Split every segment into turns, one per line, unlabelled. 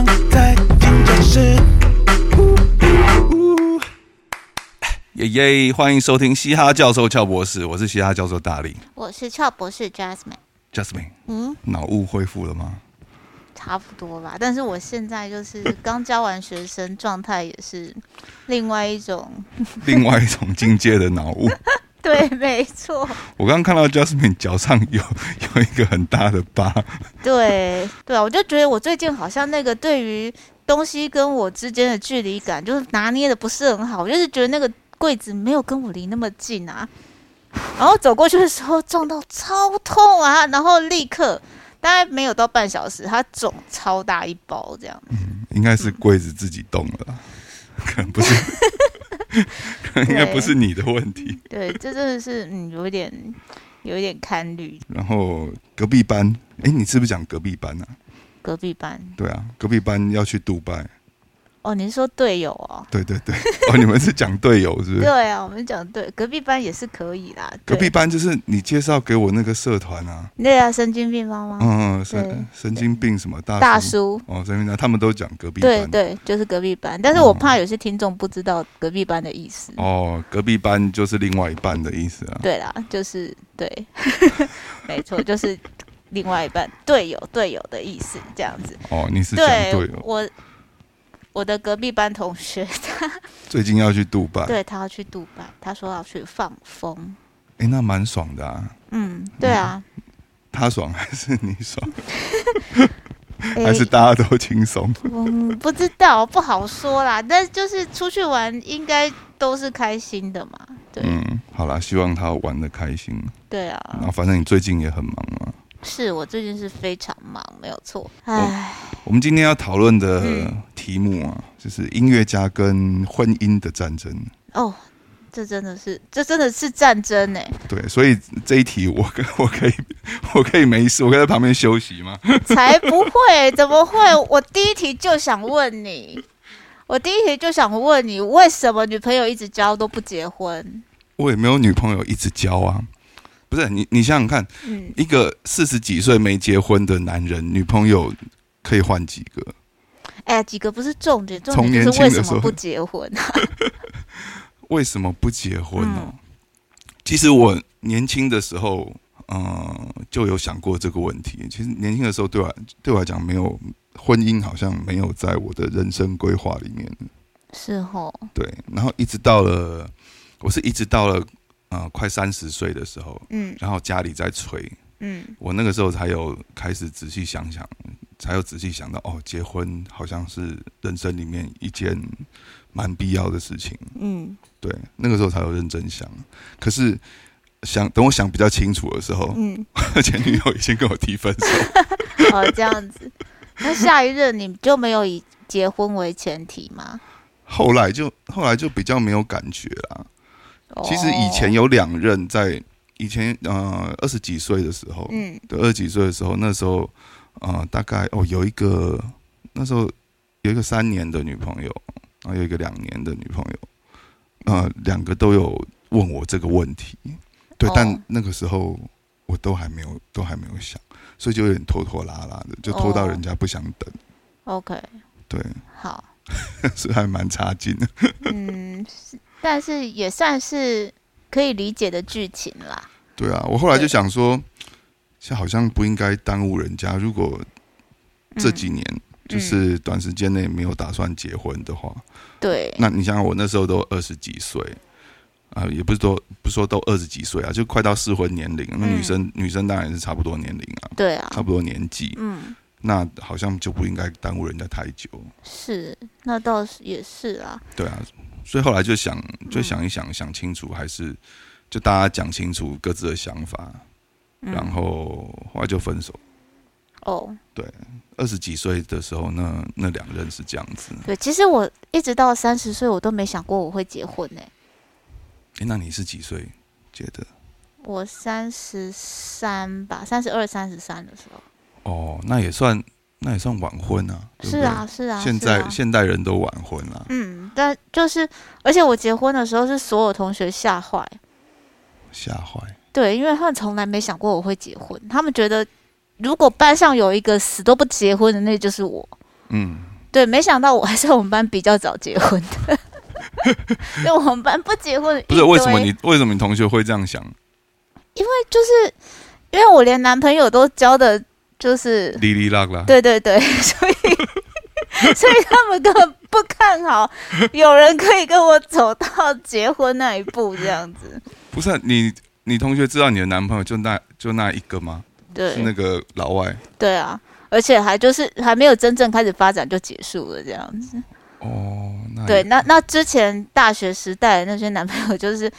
哎耶耶！欢迎收听嘻哈教授俏博士，我是嘻哈教授大力
我是俏博士 Jasmine，
Jasmine。
嗯，
脑雾恢复了吗？
差不多吧。但是我现在就是 刚教完学生，状态也是另外一种。
另外一种境界的脑雾。
对，没错，
我刚刚看到 Jasmine 脚上有有一个很大的疤，
对对啊，我就觉得我最近好像那个对于东西跟我之间的距离感，就是拿捏的不是很好。我就是觉得那个柜子没有跟我离那么近 啊，然后走过去的时候撞到超痛啊，然后立刻大概没有到半小时，它肿超大一包这样。
应该是柜子自己动了啦，可能不是，可能应该不是你的问题。
对，这真的是嗯，有一点有一点堪虑。
然后隔壁班，诶，你是不是讲隔壁班啊？
隔壁班
对啊，隔壁班要去杜拜。
哦，你是说队友哦？
对对对， 哦，你们是讲队友是不是？
对啊，我们讲对，隔壁班也是可以啦。
隔
对
壁班就是你介绍给我那个社团啊，
对啊，神经病方吗？
嗯，嗯
对
神神经病什么大
大
叔
叔，
哦，神经病，他们都讲隔壁班。
对对，就是隔壁班。但是我怕有些听众不知道隔壁班的意思。
哦，隔壁班就是另外一半的意思啊。
对啦，就是对， 没错，就是另外一半队友队友的意思，这样子。
哦，你是讲
对
队友，
我我的隔壁班 同学，
啊最近要去杜拜，哎、
对他要去杜拜，他说要去放风。
那蛮爽的啊。
嗯，对 啊，
他爽 还是你爽，
诶
还是大家都轻松？
嗯，不知道，不好说啦。但就是出去玩，应该都是开心的嘛。对、
嗯，好啦，希望他玩的开心。
对
然
啊
后，反正你最近也很忙嘛。
是我最近是非常忙，没有错。
哦
唉，
我们今天要讨论的
嗯
题目啊，就是音乐家跟婚姻的战争。
哦，这真的是，这真的是战争欸呢、
对，所以这一题我可 我可以我可以没事，我可以在旁边休息吗？
才不会，怎么会？我第一题就想问你，我第一题就想问你，为什么女朋友一直交都不结婚？
我也没有女朋友一直交啊。不是你，你想想看，
嗯，
一个四十几岁没结婚的男人，女朋友可以换几个？
哎，几个不是重点，重
从年
点就是为
轻的
什
时候
么不 结婚？
为什么不结婚呢、其实我年轻的时候，嗯、就有想过这个问题。其实年轻的时候对我来对我来讲，没有婚姻好像没有在我的人生规划里面。
是哦，
对，然后一直到了，我是一直到了呃快三十岁的时候，
嗯
然后家里在催，
嗯，
我那个时候才有开始仔细想想，才有仔细想到哦，结婚好像是人生里面一件蛮必要的事情。
嗯
对，那个时候才有认真想。可是想等我想比较清楚的时候，
嗯。
前女友已经跟我提分 手。
哦，这样子。那下一任你就没有以结婚为前提吗？
后来就后来就比较没有感觉啦。
哦
其实以前，有两任在以前呃二十几岁的时候，
嗯
对，二十几岁的时候，那时候呃，大概哦有一个那时候有一个三年的女朋友，然后有一个两年的女朋友，呃，两个都有问我这个问题，对，
哦
但那个时候我都还没有都还没有想，所以就有点拖拖拉拉的，就拖到
哦
人家不想等，
，OK，
对，
好，
是还蛮差劲的。
嗯，是但是也算是可以理解的剧情啦。嗯
对啊，我后来就
对
想说，这好像不应该耽误人家，如果
嗯
这几年。就是短时间内没有打算结婚的话，
嗯、对，
那你想想，我那时候都二十几岁，啊、也不是都不是说都二十几岁啊，就快到适婚年龄。那
嗯
女生、女生当然是差不多年龄啊，
对啊，
差不多年纪，
嗯，
那好像就不应该耽误人家太久。
是，那倒是也是啦。
对啊，所以后来就想，
嗯
就想一想，想清楚，还是就大家讲清楚各自的想法，
嗯、
然后后来就分手。
哦，
二十几岁的时候，那那两任是这样子。
对，其实我一直到三十岁，我都没想过我会结婚呢、
诶，那你是几岁？觉得
我三十三吧，三十二、三十三的时候，
哦，那也算，那也算晚婚啊。对不
是
对
啊，是啊，
现
是
在、
啊
现代人都晚婚啦、
嗯，但就是，而且我结婚的时候是所有同学吓坏，
吓坏。
对，因为他们从来没想过我会结婚，他们觉得如果班上有一个死都不结婚的，那就是我。
嗯，
对，没想到我还是我们班比较早结婚的， 因为我们班不结婚，
不是为什么你为什么你同学会这样想？
因为就是因为我连男朋友都交的，就是
哩哩啦啦，
对对对， 所以所以他们根本不看好有人可以跟我走到结婚那一步，这样子。
不是啊、你你同学知道你的男朋友就那就那一个吗？是那
对
个老外
对啊，而且还就是还没有真正开始发展就结束了，这样子。
哦，那也
对，那那之前大学时代的那些男朋友就是，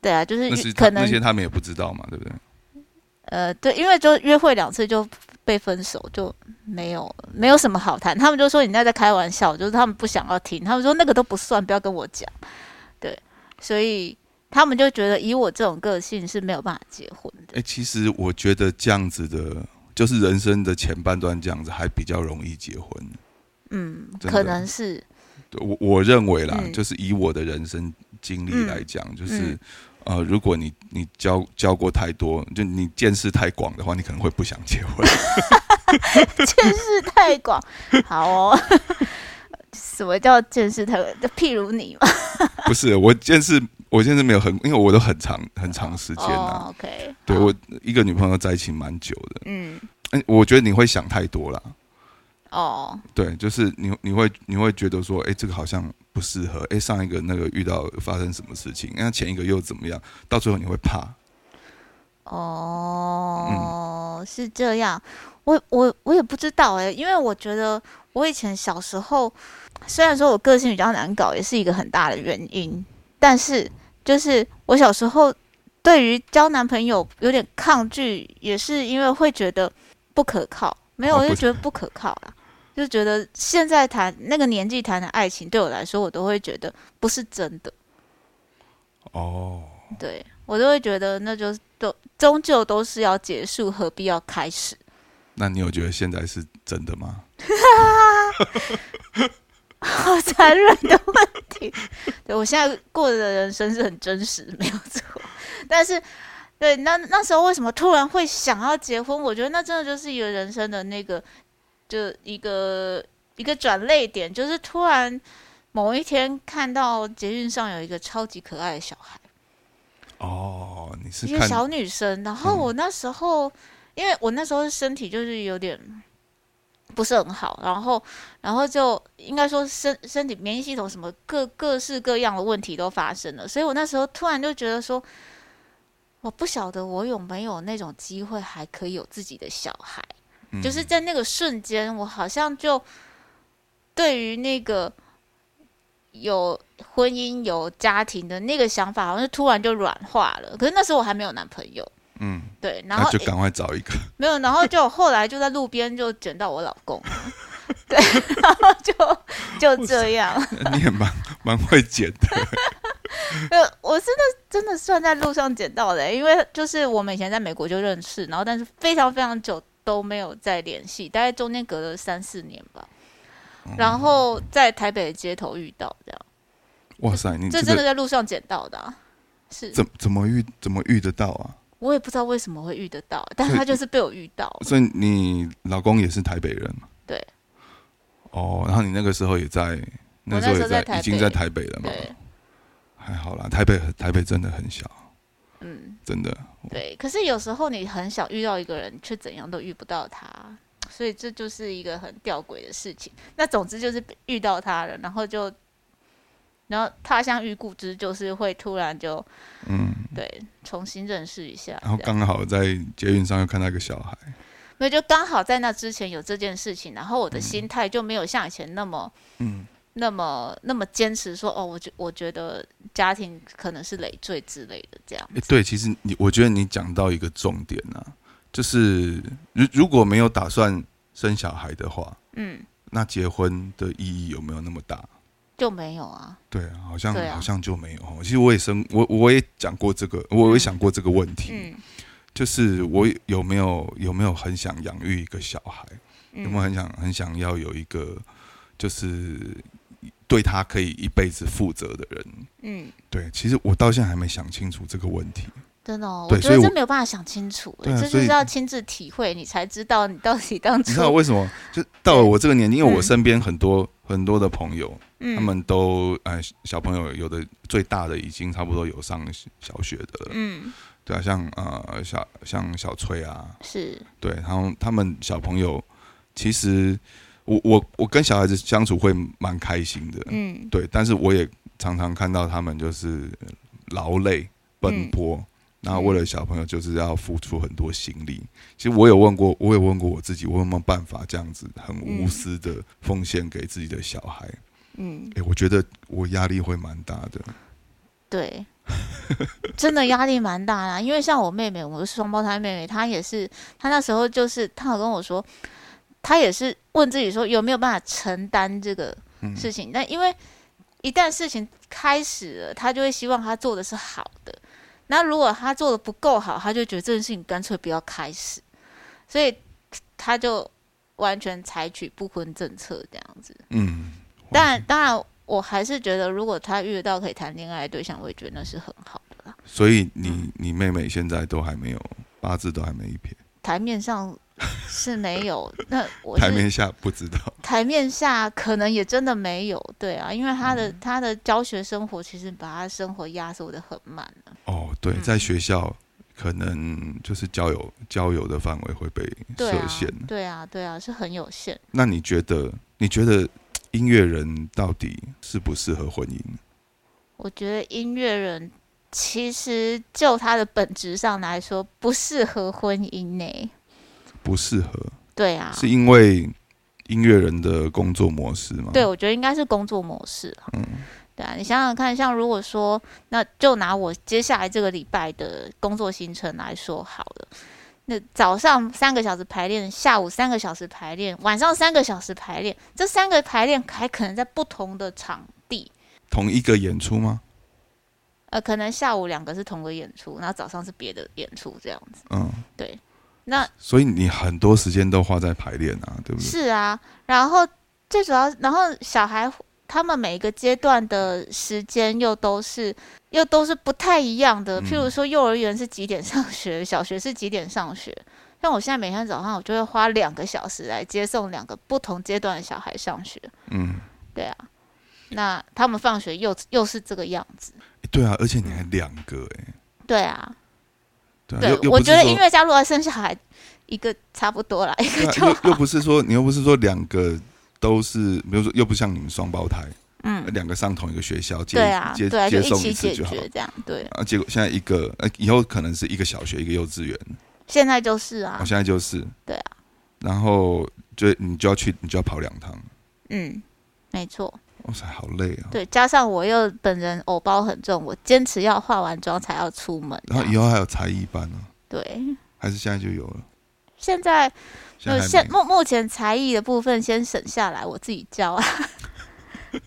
对啊，就
那是
是
他
可
那
能
些他们也不知道嘛，对不对？
呃，对，因为就约会两次就被分手，就没有没有什么好谈。他们就说你那在开玩笑，就是他们不想要听，他们说那个都不算，不要跟我讲。对，所以他们就觉得以我这种个性是没有办法结婚的。
哎、其实我觉得这样子的，就是人生的前半段这样子，还比较容易结婚。
嗯，
真
可
的
能是
对我我认为啦，
嗯
就是以我的人生经历
嗯
来讲，就是、
嗯
呃，如果你你交交过太多，就你见识太广的话，你可能会不想结婚。
见识太广。好哦，什么叫见识太广？就譬如你嘛。
不是，我见识我见识没有很，因为我都很长很长时间啊。
哦，OK，
对
好
我一个女朋友在一起蛮久的，
嗯，
哎、我觉得你会想太多啦。
哦，
对，就是你你会你会觉得说，哎，这个好像不适合，哎，上一个那个遇到发生什么事情，那前一个又怎么样，到最后你会怕，
哦，
嗯
是这样，我我我也不知道哎、因为我觉得我以前小时候，虽然说我个性比较难搞，也是一个很大的原因，但是就是我小时候对于交男朋友有点抗拒，也是因为会觉得不可靠，没有，
哦
我就
不
觉得不可靠啦。 就觉得现在谈那个年纪谈的爱情，对我来说，我都会觉得不是真的。
哦，
对我都会觉得那就是都终究都是要结束，何必要开始？
那你有觉得现在是真的吗？
好残忍的问题。对我现在过的人生是很真实，没有错。但是，对那那时候为什么突然会想要结婚？我觉得那真的就是一个人生的那个，就一个一个转泪点，就是突然某一天看到捷运上有一个超级可爱的小孩。
哦，你是
一个
看
小女生。然后
嗯
我那时候，因为我那时候身体就是有点不是很好，然后然后就应该说身身体免疫系统什么各各式各样的问题都发生了，所以我那时候突然就觉得说。我不晓得我有没有那种机会，还可以有自己的小孩。
嗯
就是在那个瞬间，我好像就对于那个有婚姻、有家庭的那个想法，好像是突然就软化了。可是那时候我还没有男朋友，
嗯，
对，然
那
后、
就
诶
赶快找一个，
没有，然后就后来就在路边就捡到我老公了， 对，然后就就这样。
你也蛮蛮会剪 的，
呃，我真的真的算在路上捡到的欸、因为就是我们以前在美国就认识，然后但是非常非常久都没有再联系，大概中间隔了三四年吧。
哦
然后在台北的街头遇到，这样，
哇塞，你
这
这
真的
个
在路上捡到的、啊，是
怎怎么遇怎么遇得到啊？
我也不知道为什么会遇得到，但他就是被我遇到了，
所以你老公也是台北人嘛？
哦对。
哦，然后你那个时候也在，
我那
时候
时
也
候在台
已经
北
在台北了嘛？
对，
还好啦，台北台北真的很小，
嗯，
真的。
对。可是有时候你很想遇到一个人，却怎样都遇不到他，所以这就是一个很吊诡的事情。那总之就是遇到他了，然后就，然后他乡遇故知，就是会突然就
嗯，
对重新认识一下，
然后
这样
刚好在捷运上又看到一个小孩，
没有就刚好在那之前有这件事情，然后我的心态就没有像以前那么。
嗯，
那么那么坚持说哦，我觉我觉得家庭可能是累赘之类的，这样
诶对，其实你我觉得你讲到一个重点啊，就是如如果没有打算生小孩的话，
嗯
那结婚的意义有没有那么大？
就没有啊。
对啊，好像、
对啊
好像就没有哦。其实我也生我我也讲过这个，我也
嗯
想过这个问题，
嗯
就是我有没有有没有很想养育一个小孩？有没有
嗯
很想很想要有一个就是对他可以一辈子负责的人？
嗯，
对，其实我到现在还没想清楚这个问题。
真的、哦，
对
我觉
所以
得
我
真没有办法想清楚、欸，
对啊
这就
所以
是要亲自体会，你才知道你到底当
你知道
初，
为什么？就到了我这个年纪，因为我
嗯
身边很多、很多的朋友，
嗯，
他们都哎小朋友，有的最大的已经差不多有上小学的了，
嗯
对啊，像呃小像小崔啊，
是
对，然后他们小朋友其实我我我跟小孩子相处会蛮开心的，
嗯
对，但是我也常常看到他们就是劳累奔波，
嗯
那为了小朋友就是要付出很多心力。其实我有问过，我有问过我自己，我有没有办法这样子很无私的奉献给自己的小孩？
嗯
诶，我觉得我压力会蛮大的。
对， 真的压力蛮大啦。因为像我妹妹，我是双胞胎妹妹，她也是，她那时候就是，她有跟我说，她也是问自己说有没有办法承担这个
嗯，
事情。但因为一旦事情开始了，她就会希望她做的是好的。那如果她做的不够好，她就觉得这件事情干脆不要开始，所以她就完全采取不婚政策这样子。
嗯，
但当然，我还是觉得，如果他遇得到可以谈恋爱的对象，我也觉得那是很好的啦。
所以你你妹妹现在都还没有八字都还没一撇，
台面上是没有，那我
台
是
面下不 知道。
台面下可能也真的没有，对啊，因为他
嗯
的、他的教学生活其实把他生活压缩的很满了
哦，对，
嗯
在学校可能就是交友交友的范围会被
对
设
啊
限。，
对啊，对啊，是很有限。
那你觉得，你觉得音乐人到底适不适合婚姻？
我觉得音乐人其实就他的本质上来说，不适合婚姻呢、
不适合，
对啊，
是因为音乐人的工作模式吗？
对，，我觉得应该是工作模式啊
嗯
对啊，你想想看，像如果说，那就拿我接下来这个礼拜的工作行程来说好了。那早上三个小时排练，下午三个小时排练，晚上三个小时排练，这三个排练还可能在不同的场地，
同一个演出吗？
呃，可能下午两个是同个演出，然后早上是别的演出这样子。
嗯，
对，那
所以你很多时间都花在排练啊，对不对？
是啊，然后最主要，然后小孩他们每一个阶段的时间又都是又都是不太一样的。譬如
嗯
说，幼儿园是几点上学，小学是几点上学。像我现在每天早上，我就会花两个小时来接送两个不同阶段的小孩上学。
嗯，
对啊，那他们放学又又是这个样子。
诶对啊，而且你还两个哎、
对啊，
对啊，
对
又，又
我
不是
觉得
说
音乐家如果生小孩，一个差不多啦，一
对
个
啊
就
又又
好。
不是说你又不是说两个都是，比如说又不像你们双胞胎，
嗯，
两个上同一个学校接
对啊，
接
对啊，就
接
一
送
起
次
解
就好。
决这样。对，
啊，结果现在一个，呃，以后可能是一个小学，一个幼稚园，哦
现在就是啊
我，现在就是，
对
啊，然后就你就要去，你就要跑两趟，
嗯，没错，
哇塞，好累啊。
对，加上我又本人偶包很重，我坚持要化完妆才要出门这
然
样。
后以后还啊有才艺班呢、啊
对，
还是现在就有了？
现在
现
呃
在还
现
没
目目前才艺的部分先省下来，我自己教啊。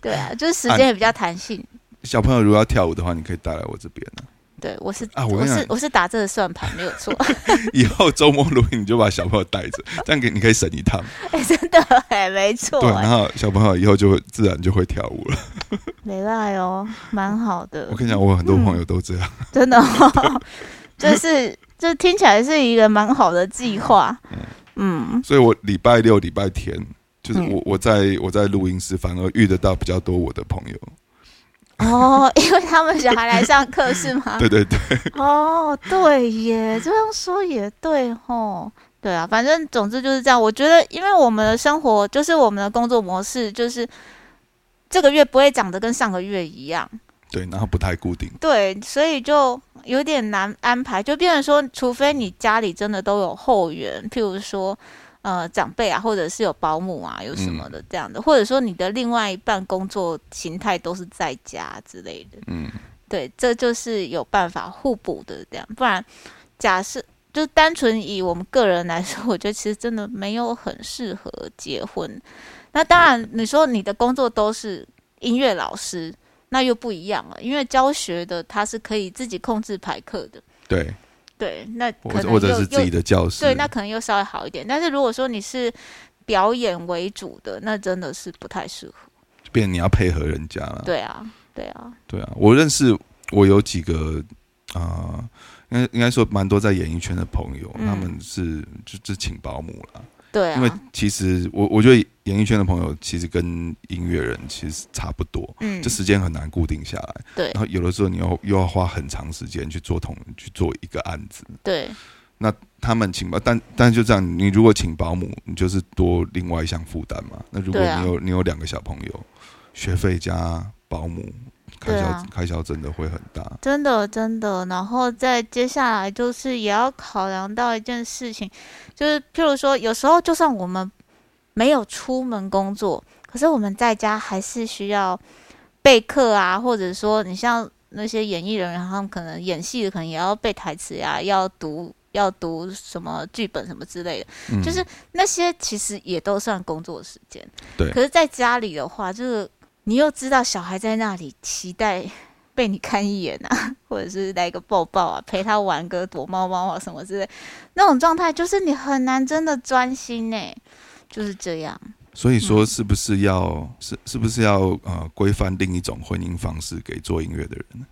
对啊，就是时间也比较弹性。
小朋友如果要跳舞的话，你可以带来我这边啊。
对，我是、
啊我
我
跟你
是
讲
我是打这个算盘，没有错。
以后周末录影你就把小朋友带着，这样给你可以省一趟。
哎、真的哎、没错
对，
哎、
然后小朋友以后就会自然就会跳舞
嗯
了。
没赖哦，蛮好的
我，跟你讲，我很多朋友都这样。
真的、哦， 就是这听起来是一个蛮好的计划。 嗯，
所以我礼拜六、礼拜天，就是
嗯
我、我在我在录音室，反而遇得到比较多我的朋友。
哦，因为他们小孩来上课是吗？
对对对，
哦，对耶，这样说也对吼。对啊，反正总之就是这样。我觉得，因为我们的生活就是我们的工作模式，就是这个月不会长得跟上个月一样，
对，然后不太固定。
对，所以就有点难安排，就变成说，除非你家里真的都有后援，譬如说。呃，长辈啊，或者是有保姆啊，有什么的这样的，或者说你的另外一半工作形态都是在家之类的，
嗯，
对，这就是有办法互补的这样，不然假设就单纯以我们个人来说，我觉得其实真的没有很适合结婚。那当然，你说你的工作都是音乐老师，那又不一样了，因为教学的他是可以自己控制排课的，
对，
对，那
或
可能
或者
又
是自己
又
的教室。
对，那可能又稍微好一点。但是如果说你是表演为主的，那真的是不太适合。
变你要配合人家了。
对啊，对啊，
对啊，我认识我有几个呃，应该应该说蛮多在演艺圈的朋友，
嗯
他们是就就请保姆啦。
对
因为
啊，
其实我我觉得演艺圈的朋友其实跟音乐人其实差不多，
嗯
这，时间很难固定下来。
对
然后有的时候你又又要花很长时间去做同去做一个案子，
对，
他们请保，但但就这样，你如果请保姆，你就是多另外一项负担嘛。那如果
对啊
你有、你有两个小朋友，学费加保姆开
对
销、
啊
开销真的会很大。
真的真的，然后再接下来就是也要考量到一件事情，就是譬如说，有时候就算我们没有出门工作，可是我们在家还是需要备课啊，或者说你像那些演艺人员，他们可能演戏的可能也要背台词呀、要读要读什么剧本什么之类的。
嗯，
就是那些其实也都算工作时间。
对
可是在家里的话，就是你又知道小孩在那里期待被你看一眼啊， 或者是来个抱抱啊，陪他玩个躲猫猫啊什么之类，那种状态就是你很难真的专心呢、就是这样。
所以说是不是要、是是不是要呃规范另一种婚姻方式给做音乐的人呢？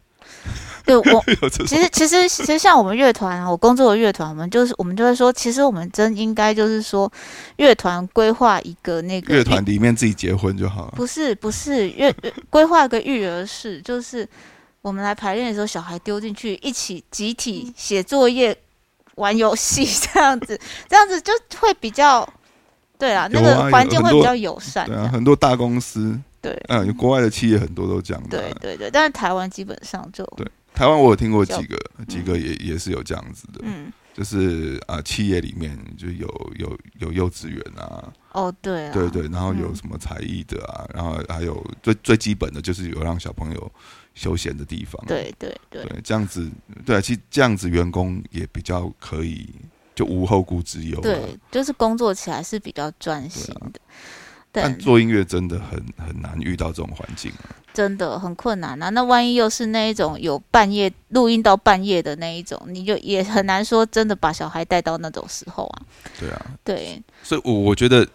对我
有这
其
种
实其实其实像我们乐团啊，我工作的乐团，我们就是我们就会说，其实我们真应该就是说，乐团规划一个那个
乐团里面自己结婚就好了。
不是不是，约约规划个育儿室，就是我们来排练的时候，小孩丢进去，一起集体写作业、玩游戏这样子， 这样子就会比较对啦，那
有啊
个环
有
境
很
会比
多
较友善。这
对啊，
样
很多大公司，
对
嗯、国外的企业很多都这样的啊、
对对对，但是台湾基本上就
对台湾我有听过
就
几个，几个也也是有这样子的。
嗯
就是啊、呃企业里面就有有有幼稚园啊，
哦对啊
对对，然后有
嗯
什么才艺的啊，然后还有最最基本的就是有让小朋友休闲的地方、
对对对
对，这样子对啊，其实这样子员工也比较可以就无后顾之忧、啊。
对，就是工作起来是比较专心的。
啊但
对，
做音乐真的很很难遇到这种环境、啊，
真的很困难啊。那万一又是那一种有半夜录音到半夜的那一种，你就也很难说真的把小孩带到那种时候啊。
对啊，
对，
所以我我觉得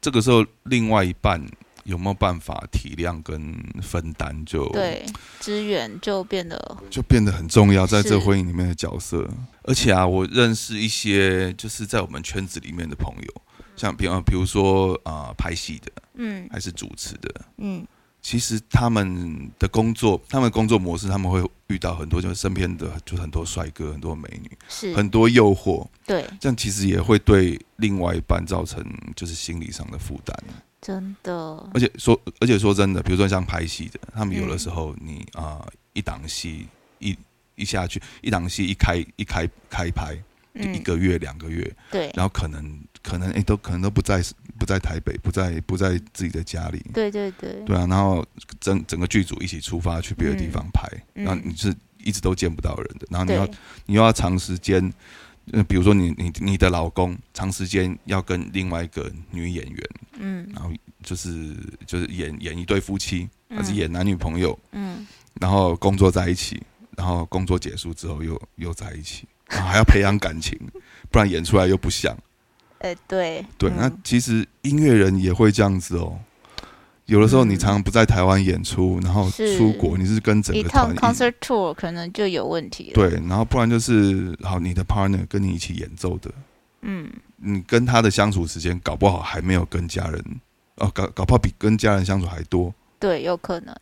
这个时候另外一半有没有办法体谅跟分担就，
对，支援就变得
就变得很重要，在
是
这婚姻里面的角色。而且啊，我认识一些就是在我们圈子里面的朋友，像比方比如说啊、呃拍戏的，
嗯
还是主持的，
嗯
其实他们的工作，他们的工作模式，他们会遇到很多就是身边的就是很多帅哥、很多美女、
是
很多诱惑，
对，
这样其实也会对另外一半造成就是心理上的负担。
真的
而且说，而且说真的，比如说像拍戏的，他们有的时
嗯
候你啊、一档戏一一下去，一档戏一开一开开拍，就一
嗯
个月两个月，
对
然后可能可能诶、都可能都不在不在台北，不在不在自己的家里，
对对对
对啊，然后整整个剧组一起出发去别的地方拍，
嗯
然后你是一直都见不到人的，然后你要
对
你又要长时间。呃，比如说你你你的老公长时间要跟另外一个女演员，
嗯
然后就是就是演演一对夫妻，还是
嗯
演男女朋友，
嗯
然后工作在一起，然后工作结束之后又又在一起，然后还要培养感情，不然演出来又不像。
呃对
对，
嗯
那其实音乐人也会这样子哦。有的时候你
嗯
常常不在台湾演出，然后
是
出国，你是跟整
一
个
趟
团
concert tour 可能就有问题了。
对，然后不然就是好你的 partner 跟你一起演奏的，
嗯
你跟他的相处时间搞不好还没有跟家人哦，搞搞不好比跟家人相处还多。
对，有可能。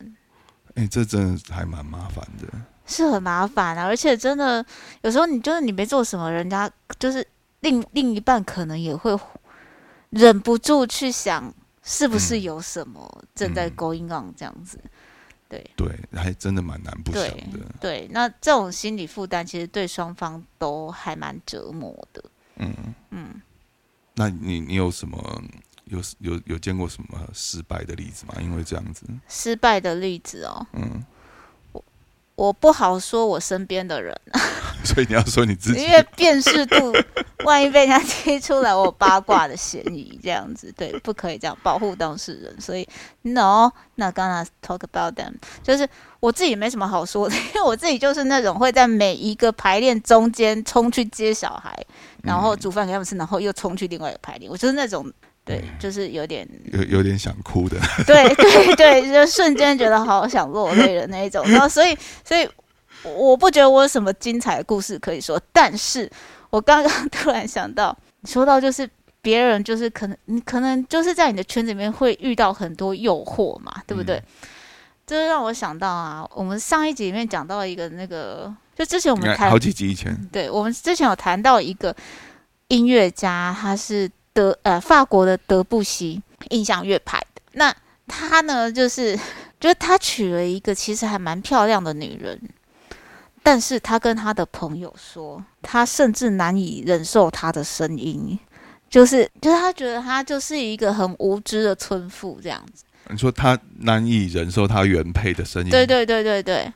哎、这真的还蛮麻烦的。
是很麻烦啊，而且真的有时候你就是你没做什么，人家就是另另一半可能也会忍不住去想是不是
嗯
有什么正在
嗯
going on 这样子。
对，还真的蛮难不想
对
的。
对，那这种心理负担其实对双方都还蛮折磨的。
嗯，
嗯，
那你你有什么有有有见过什么失败的例子吗？因为这样子，
失败的例子哦，
嗯，
我不好说我身边的人，
所以你要说你自己
因为辨识度，万一被人家踢出来，我有八卦的嫌疑，这样子对，不可以这样保护当事人。所以，no，那刚才 talk about them，就是我自己没什么好说的，因为我自己就是那种会在每一个排练中间冲去接小孩，然
嗯
后煮饭给他们吃，然后又冲去另外一个排练，我就是那种。对，
嗯
就是有点，
有有点想哭的，
对对对，就瞬间觉得好想落泪的那一种。然后，所以，所以我我不觉得我有什么精彩的故事可以说，但是我刚刚 突然想到，你说到就是别人就是可能你可能就是在你的圈子里面会遇到很多诱惑嘛，对不
嗯
对？这就让我想到啊，我们上一集里面讲到一个那个，就之前我
你
们
看
谈
好几集以前，
嗯对，我们之前有谈到一个音乐家，他是德呃法国的德布西印象乐派的。那他呢，就是就是他娶了一个其实还蛮漂亮的女人，但是他跟他的朋友说，他甚至难以忍受她的声音，就是就是他觉得他就是一个很无知的村妇这样子。
你说他难以忍受他原配的声音，
对对对对对，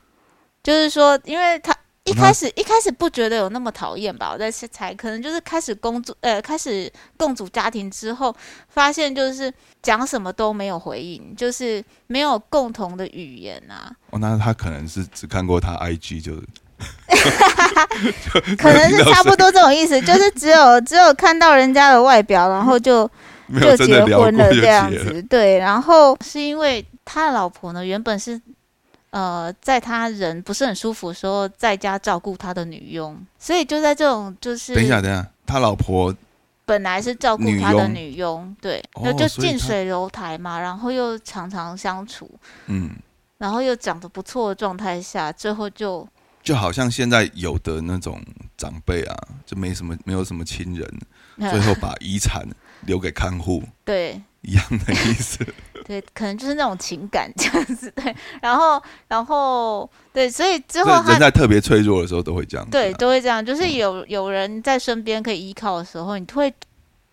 就是说，因为他一
那
开始一开始不觉得有那么讨厌吧，我在猜，可能就是开始工作，呃，开始共组家庭之后，发现就是讲什么都没有回应，就是没有共同的语言啊，
哦，那他可能是只看过他 IG 就是
可能是差不多这种意思，就是只有只有看到人家的外表，然后就
没有
就
真
结
的聊过
婚了
就
这
结
样
了。
子，对。然后是因为他的老婆呢，原本是呃，在他人不是很舒服的时候，在家照顾他的女佣，所以就在这种就是
等一下，等一下，他老婆
本来是照顾他的女佣，对，那、
哦
就
所以
近
他
水楼台嘛，然后又常常相处，
嗯，
然后又长得不错的状态下，最后就
就好像现在有的那种长辈啊，就没什么没有什么亲人，最后把遗产留给看护
对
一样的意思。
对，可能就是那种情感这样子，对。然后然后对，所以之后
人
他
人在特别脆弱的时候都会这样子啊、
哎对，都会这样，就是有有人在身边可以依靠的时候，你会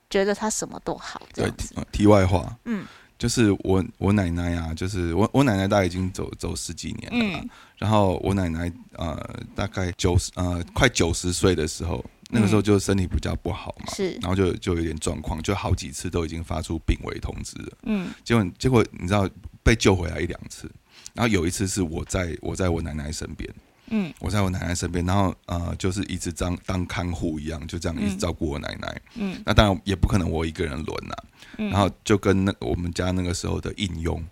觉得他什么都好这
对，
样
题
子。
呃题外话，
嗯
就是我我奶奶啊，就是我我奶奶大概已经走走十几年了啦、
嗯
然后我奶奶呃大概九十呃快九十岁的时候，那个时候就身体比较不好嘛，
是
然后就就有点状况，就好几次都已经发出病危通知了，
嗯
结果结果你知道被救回来一两次，然后有一次是我在我在我奶奶身边。
嗯
我在我奶奶身边，然后呃，就是一直当当看护一样，就这样一直
嗯
照顾我奶奶。
嗯
那当然也不可能我一个人轮呐、
嗯
然后就跟那我们家那个时候的应用，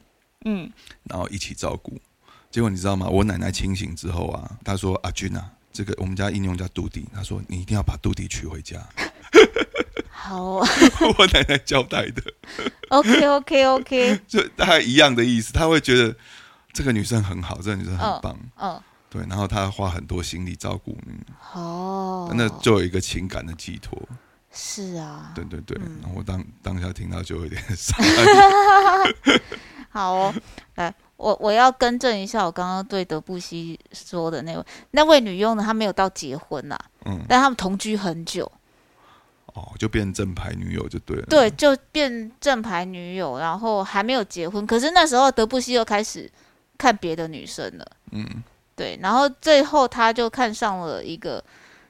嗯，
然后一起照顾。结果你知道吗？我奶奶清醒之后啊，她说：“阿俊啊，这个我们家应用叫杜迪，她说你一定要把杜迪娶回家。
好、哦、”
我奶奶交代的，
，OK OK OK，
就大概一样的意思。她会觉得这个女生很好，这个女生很棒，
嗯，
对。然后她花很多心力照顾你，
哦，
那就有一个情感的寄托。
是啊，
对对对，
嗯
然后我当当下听到就有点 傻。
好哦，来，我我要更正一下我刚刚对德布西说的那位那位女佣呢，她没有到结婚啦、
嗯，
但他们同居很久，
哦，就变正牌女友就对了。
对，就变正牌女友，然后还没有结婚，可是那时候德布西又开始看别的女生了。
嗯，
对，然后最后他就看上了一个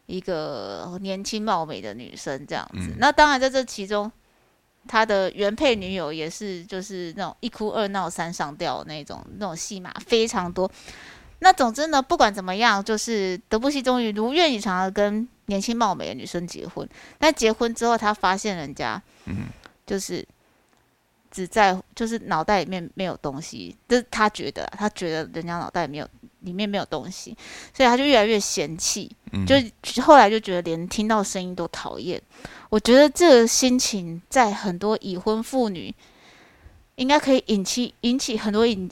一个年轻貌美的女生这样子。
嗯
那当然在这其中，他的原配女友也是就是那种一哭二闹三上吊的那种那种戏码非常多。那总之呢，不管怎么样，就是德布西终于如愿以偿的跟年轻貌美的女生结婚。但结婚之后，他发现人家，
嗯，
就是只在就是脑袋里面没有东西，就是他觉得啊他觉得人家脑袋没有里面没有东西，所以他就越来越嫌弃，
嗯
就后来就觉得连听到声音都讨厌。我觉得这个心情在很多已婚妇女应该可以引起引起很多 引，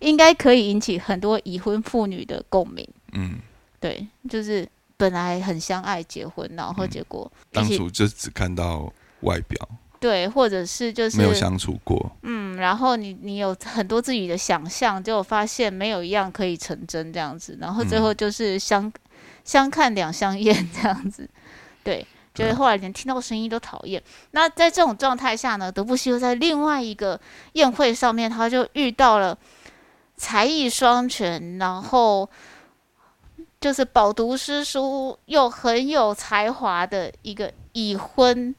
应该可以引起很多已婚妇女的共鸣。
嗯，
对，就是本来很相爱结婚，然后
嗯
结果一
当
起、
初就只看到外表，
对，或者是就是
没有相处过。
嗯，然后你你有很多自己的想象，结果发现没有一样可以成真这样子，然后最
嗯
后就是相、相看两相厌这样子，对，就是
对
后来连听到声音都讨厌。那在这种状态下呢，德布西又在另外一个宴会上面，他就遇到了才艺双全，然后就是饱读诗书又很有才华的一个已婚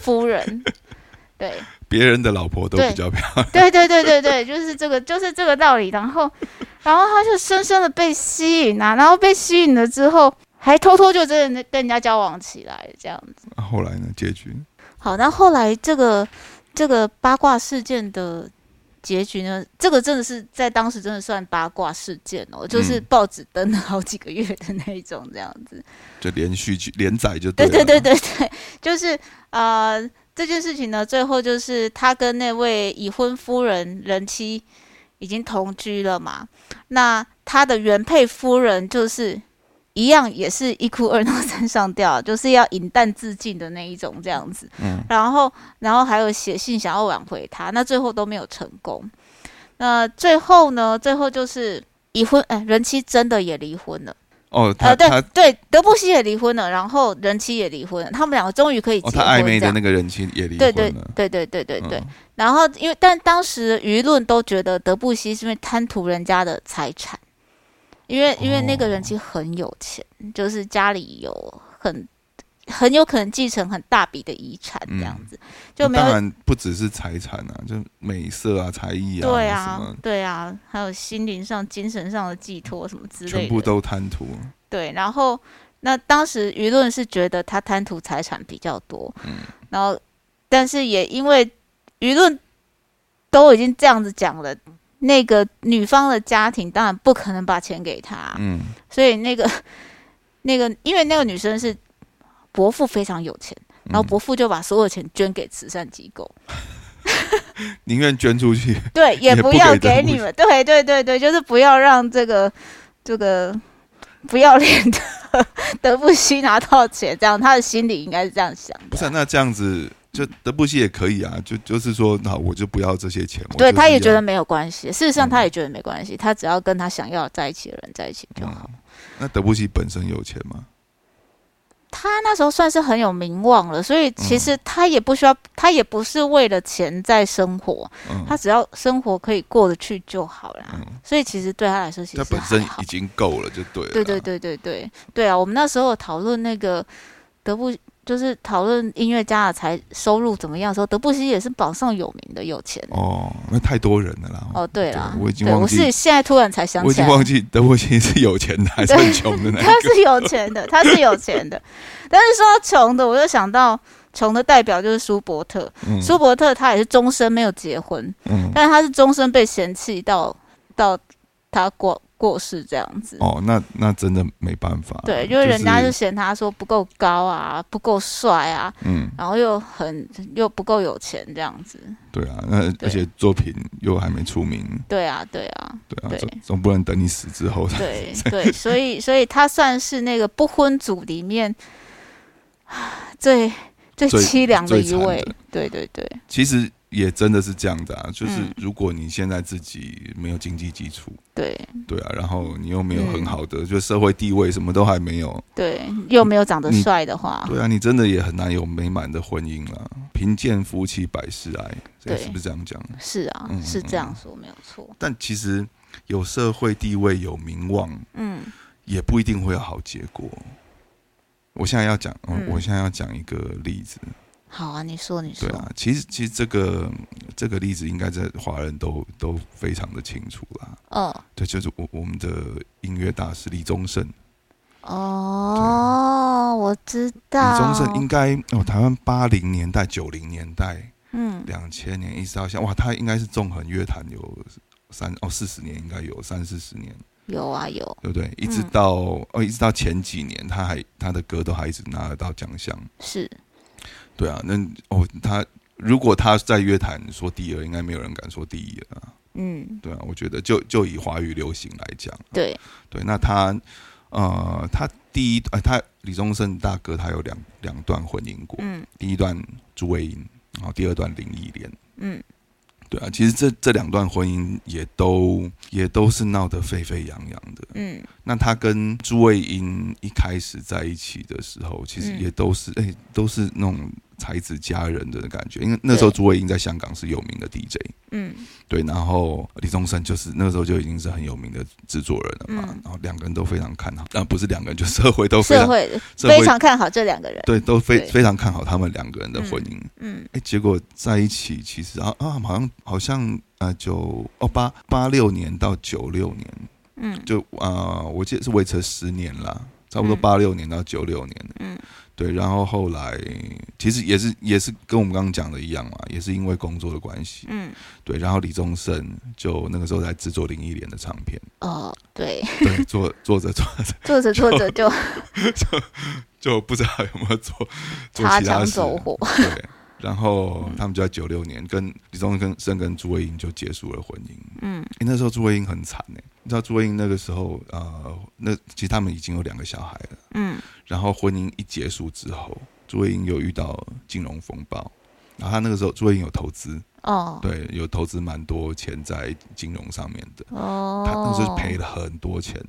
夫人， 对。
别人的老婆都
对
比较漂亮，
对对对对对，就是这个，就是这个道理。然后，然后他就深深的被吸引啊，然后被吸引了之后，还偷偷就真的跟人家交往起来，这样子。
啊后来呢？结局
好，那后来这个这个八卦事件的结局呢？这个真的是在当时真的算八卦事件哦，就是报纸登了好几个月的那一种这样子。
就连续剧连载就
对
了
对对对对，就是呃这件事情呢，最后就是他跟那位已婚夫人人妻已经同居了嘛，那他的原配夫人就是。一样也是一哭二闹三上吊，就是要饮弹自尽的那一种这样子。
嗯
然后，然后还有写信想要挽回他，那最后都没有成功。那最后呢？最后就是已婚，哎，人妻真的也离婚了。
哦，他
呃，对
他
对，德布西也离婚了，然后人妻也离婚了，他们两个终于可以
哦，
结
他
婚、
暧昧
这
的
样
那个人妻也离
对
婚
对
了，
对对对对对。
嗯
然后，因为但当时舆论都觉得德布西是因为贪图人家的财产，因
哦
为因为那个人其实很有钱，就是家里有很很有可能继承很大笔的遗产这样
嗯
子，就没
那
有
当然不只是财产啊，就美色啊、才艺啊，
对
什
啊
么，
对啊，还有心灵上、精神上的寄托什么之类的，
全部都贪图。
对。然后，那当时舆论是觉得他贪图财产比较多，
嗯
然后，但是也因为舆论都已经这样子讲了，那个女方的家庭当然不可能把钱给他，
嗯，
所以那个那个，因为那个女生是伯父非常有钱，然后
嗯
伯父就把所有钱捐给慈善机构，
宁愿捐出去，
对，也
也
不
不
要
给德
给
布
你
西
们，对对对对，就是不要让这个这个不要脸的德布西拿到钱，这样他的心里应该是这样想的。
不是啊、那这样子就德布西也可以啊，就就是说，那我就不要这些钱。我就
对，
是
他也觉得
要。
没有关系。事实上，
嗯
他也觉得没关系，他只要跟他想要在一起的人在一起就好。
那德布西本身有钱吗？
他那时候算是很有名望了，所以其
嗯
实他也不需要，他也不是为了钱在生活，
嗯，
他只要生活可以过得去就好啦。
嗯
所以其实对他来说，其
他
实
本
还
身
好
已。经够了，就对啊了。
对对。对对对对啊！我们那时候有讨论那个德布，就是讨论音乐家的财收入怎么样的时候，德布西也是榜上有名的有钱。
哦，那太多人了啦。
哦，对啦，
我已经
对
忘
我
记
是现在突然才想
我已
起
经
来，
忘记德布西是有钱的还是很穷的那一
他
个。
是有钱的，他是有钱的。但是说到穷的，我就想到穷的代表就是舒伯特。
嗯
舒伯特他也是终身没有结婚，
嗯，
但是他是终身被嫌弃到到他过过世这样子。
哦，那那真的没办法。
对，因为人家就是嫌他说不够高啊，不够帅啊，
嗯，
然后又很又不够有钱这样子。
对啊，那
对
而且作品又还没出名，
对啊，对 啊，
对啊，
对
总总不能等你死之后才
对对，所以所以他算是那个不婚族里面 唉最最
最
凄凉的
最
一
惨
位
的。
对对对，
其实也真的是这样的啊，就是
嗯
如果你现在自己没有经济基础，
对
对啊，然后你又没有
嗯
很好的、就社会地位，什么都还没有，
对，又没有长得
你
帅的话，
对啊，你真的也很难有美满的婚姻了。贫贱夫妻百事哀，这
对
是不是这样讲？
是啊，
嗯
是
嗯
这样
嗯
说没有错。
但其实有社会地位、有名望，
嗯
也不一定会有好结果。我现在要讲，嗯
嗯
我现在要讲一个例子，
好啊，你说你
对
说，
啊，其实其实这个这个例子应该在华人都都非常的清楚啦。
哦
对，就是我我们的音乐大师李宗盛，李
哦，我知道，
宗盛应该哦，台湾八零年代、九零年代、
嗯
两千年一直到现在，哇，他应该是纵横乐坛有三哦四十年，应该有三四十年，
有啊有，
对不对？一直到、哦，一直到前几年，他还他的歌都还一直拿得到奖项，
是
对啊，那哦，他如果他在乐坛说第二，应该没有人敢说第一了啊，
嗯
对啊，我觉得就就以华语流行来讲。啊
对
对，那他呃，他第一呃，他李宗盛大哥他有两两段婚姻过，
嗯
第一段朱慧英，然后第二段林忆莲。
嗯
对啊，其实这这两段婚姻也都也都是闹得沸沸扬扬的。
嗯
那他跟朱慧英一开始在一起的时候，其实
嗯
也都是哎、都是那种才子佳人的感觉，因为那时候
对
朱慧英在香港是有名的 DJ。
嗯
对，然后李宗盛就是那个时候就已经是很有名的制作人了嘛，
嗯
然后两个人都非常看好，啊，不是两个人，就社会都非
社
常
会
社
非常看好这两个人，
对，都非
对
非常看好他们两个人的婚姻。
嗯
哎、结果在一起，其实啊啊，好像好像呃九哦八八六年到九六年，
嗯
就啊、呃我记得是维持了十年啦。差不多
嗯
八六年到九六年。
嗯，
对，然后后来其实也是也是跟我们刚刚讲的一样嘛，也是因为工作的关系。
嗯，
对，然后李宗盛就那个时候在制作林忆莲的唱片，
哦，对，
对，做做着做着
做着做着就
就不知道有没有做做
擦
其他
枪
事
走
了。
火，嗯
对，然后他们就在九六年跟李宗盛跟跟朱慧英就结束了婚姻。
嗯
诶那时候朱慧英很惨哎、你知道朱慧英那个时候呃，那其实他们已经有两个小孩了。
嗯
然后婚姻一结束之后，朱慧英又遇到金融风暴，然后她那个时候朱慧英有投资，
哦
对，有投资蛮多钱在金融上面的，
哦，
她那时候赔了很多钱，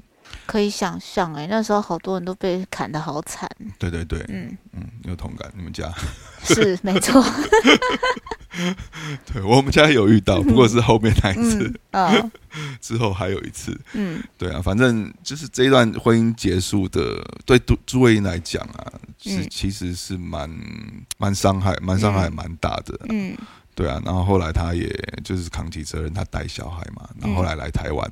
可以想象哎、那时候好多人都被砍得好惨，
对对对，
嗯，
嗯，有同感，你们家，
是没错，
对我们家有遇到，不过 是后面那一次
嗯，哦
之后还有一次，
嗯
对啊，反正就是这一段婚姻结束的，对朱朱慧英来讲啊，是
嗯
其实是蛮蛮伤害，蛮伤害
嗯
蛮大的，
嗯
对啊，然后后来他也就是扛起责任，他带小孩嘛，然后后来来台湾，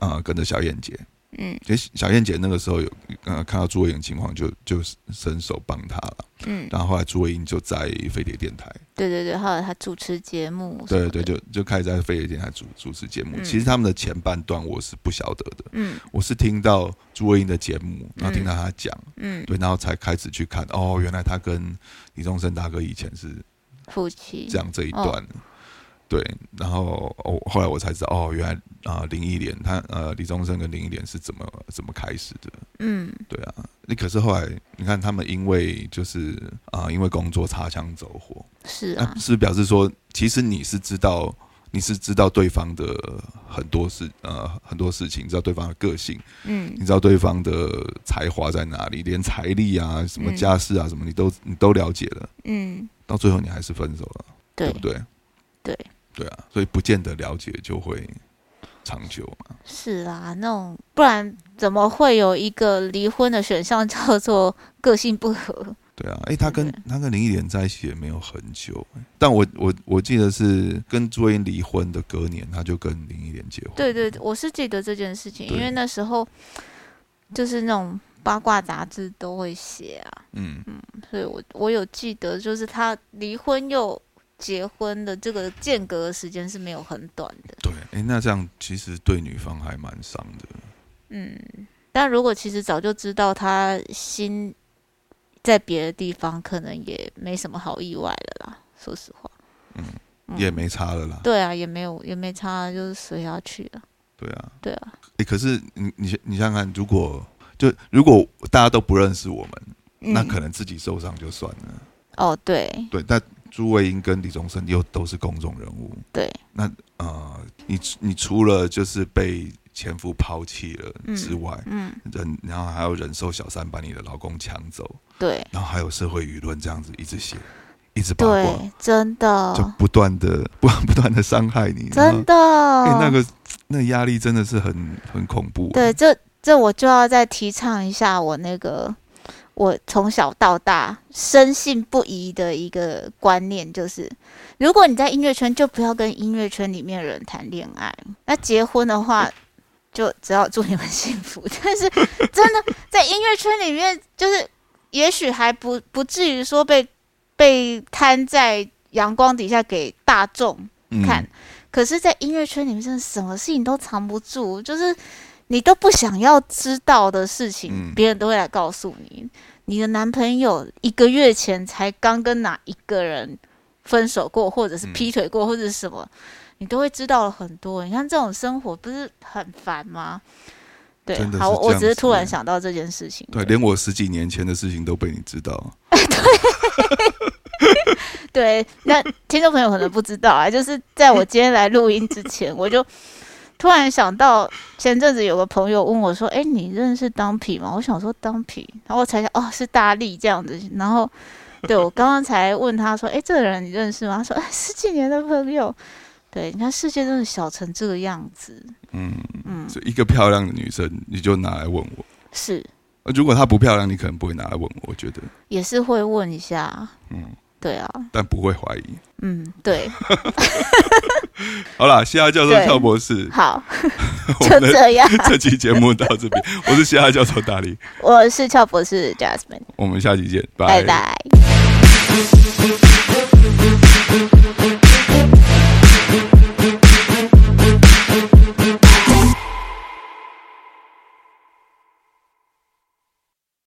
啊、跟着小燕姐，
嗯
其实小燕姐那个时候有呃看到朱慧英的情况就，就伸手帮她了。
嗯，
然后后来朱慧英就在飞碟电台，
对对对，还有他主持节 目，
对对，，就就开始在飞碟电台主主持节目。
嗯
其实他们的前半段我是不晓得的，
嗯
我是听到朱慧英的节目，然后听到她讲，
嗯，
对，然后才开始去看，哦，原来她跟李宗盛大哥以前是
夫妻
这样这一段。
哦
对，然后哦，后来我才知道，哦，原来啊、林忆莲她呃，李宗盛跟林忆莲是怎么怎么开始的？
嗯
对啊，那可是后来你看他们因为就是啊、因为工作擦枪走火，
是
那、
啊，
是不是表示说，其实你是知道你是知道对方的很多事呃很多事情，知道对方的个性，
嗯
你知道对方的才华在哪里，连财力啊、什么
嗯
家世啊、什么你都你都了解了，
嗯，
到最后你还是分手了。对
对
不，对？
对
对啊，所以不见得了解就会长久嘛。
是啦，那种不然怎么会有一个离婚的选项叫做个性不合？
对啊，诶，他跟
对
他跟林忆莲在一起也没有很久、诶但我我我记得是跟朱茵离婚的隔年，他就跟林忆莲结婚。
对对，对我是记得这件事情，因
对
为那时候就是那种八卦杂志都会写啊，
嗯，
所以我我有记得，就是他离婚又结婚的这个间隔的时间是没有很短的。
对，诶，那这样其实对女方还蛮伤的。
嗯，但如果其实早就知道他心在别的地方，可能也没什么好意外的啦。说实话，
嗯
嗯
也没差了啦，
对啊，也没有也没差，就是随他去了。
对啊，
对啊，
诶，可是你你你想想看，如果就如果大家都不认识我们，那
嗯
可能自己受伤就算了。
哦，对
对，但朱慧英跟李宗盛又都是公众人物，
对，
呃，你你除了就是被前夫抛弃了之外，
嗯
人然后还要忍受小三把你的老公抢走，
对
然后还有社会舆论这样子一直写，一直八卦，
对，真的
就不断的不不断的伤害你，
真的，
然后。哎、那个那个压力真的是很很恐怖、
哦
啊
对，，这这我就要再提倡一下我那个我从小到大深信不疑的一个观念，就是如果你在音乐圈，就不要跟音乐圈里面的人谈恋爱。那结婚的话，就只要祝你们幸福。 但是真的在音乐圈里面，就是也许还不不至于说被被摊在阳光底下给大众
嗯
看。可是，在音乐圈里面，真的什么事情都藏不住，就是你都不想要知道的事情，
嗯
别、人都会来告诉你。你的男朋友一个月前才刚跟哪一个人分手过，或者是
嗯
劈腿过，或者是什么，你都会知道了很多。你看这种生活不是很烦吗？对啊
真的，是
好，我
这
我
样
只是
子
突然
耶
想到这件事情。
对，连我十几年前的事情都被你知道，
对，那听众朋友可能不知道 啊，就是在我今天来录音之前，我就突然想到，前阵子有个朋友问我说：“哎、你认识当皮吗？”我想说当皮，然后我才想哦是大力这样子，然后对我刚刚才问他说：“哎、这个人你认识吗？”他说：“哎、十几年的朋友。”对，你看世界真的小成这个样子，
嗯，
嗯，
所以一个漂亮的女生你就拿来问我，
是
呃如果她不漂亮，你可能不会拿来问我，我觉得，
也是会问一下，
嗯，
对啊，
但不会怀疑，
嗯，对，
好啦，西亚教授
对
肖博士，
好，
我
就
们的
这样。
这期节目到这边，我是西亚教授大力，
我是俏博士 Jasmine，
我们下期见，
拜拜。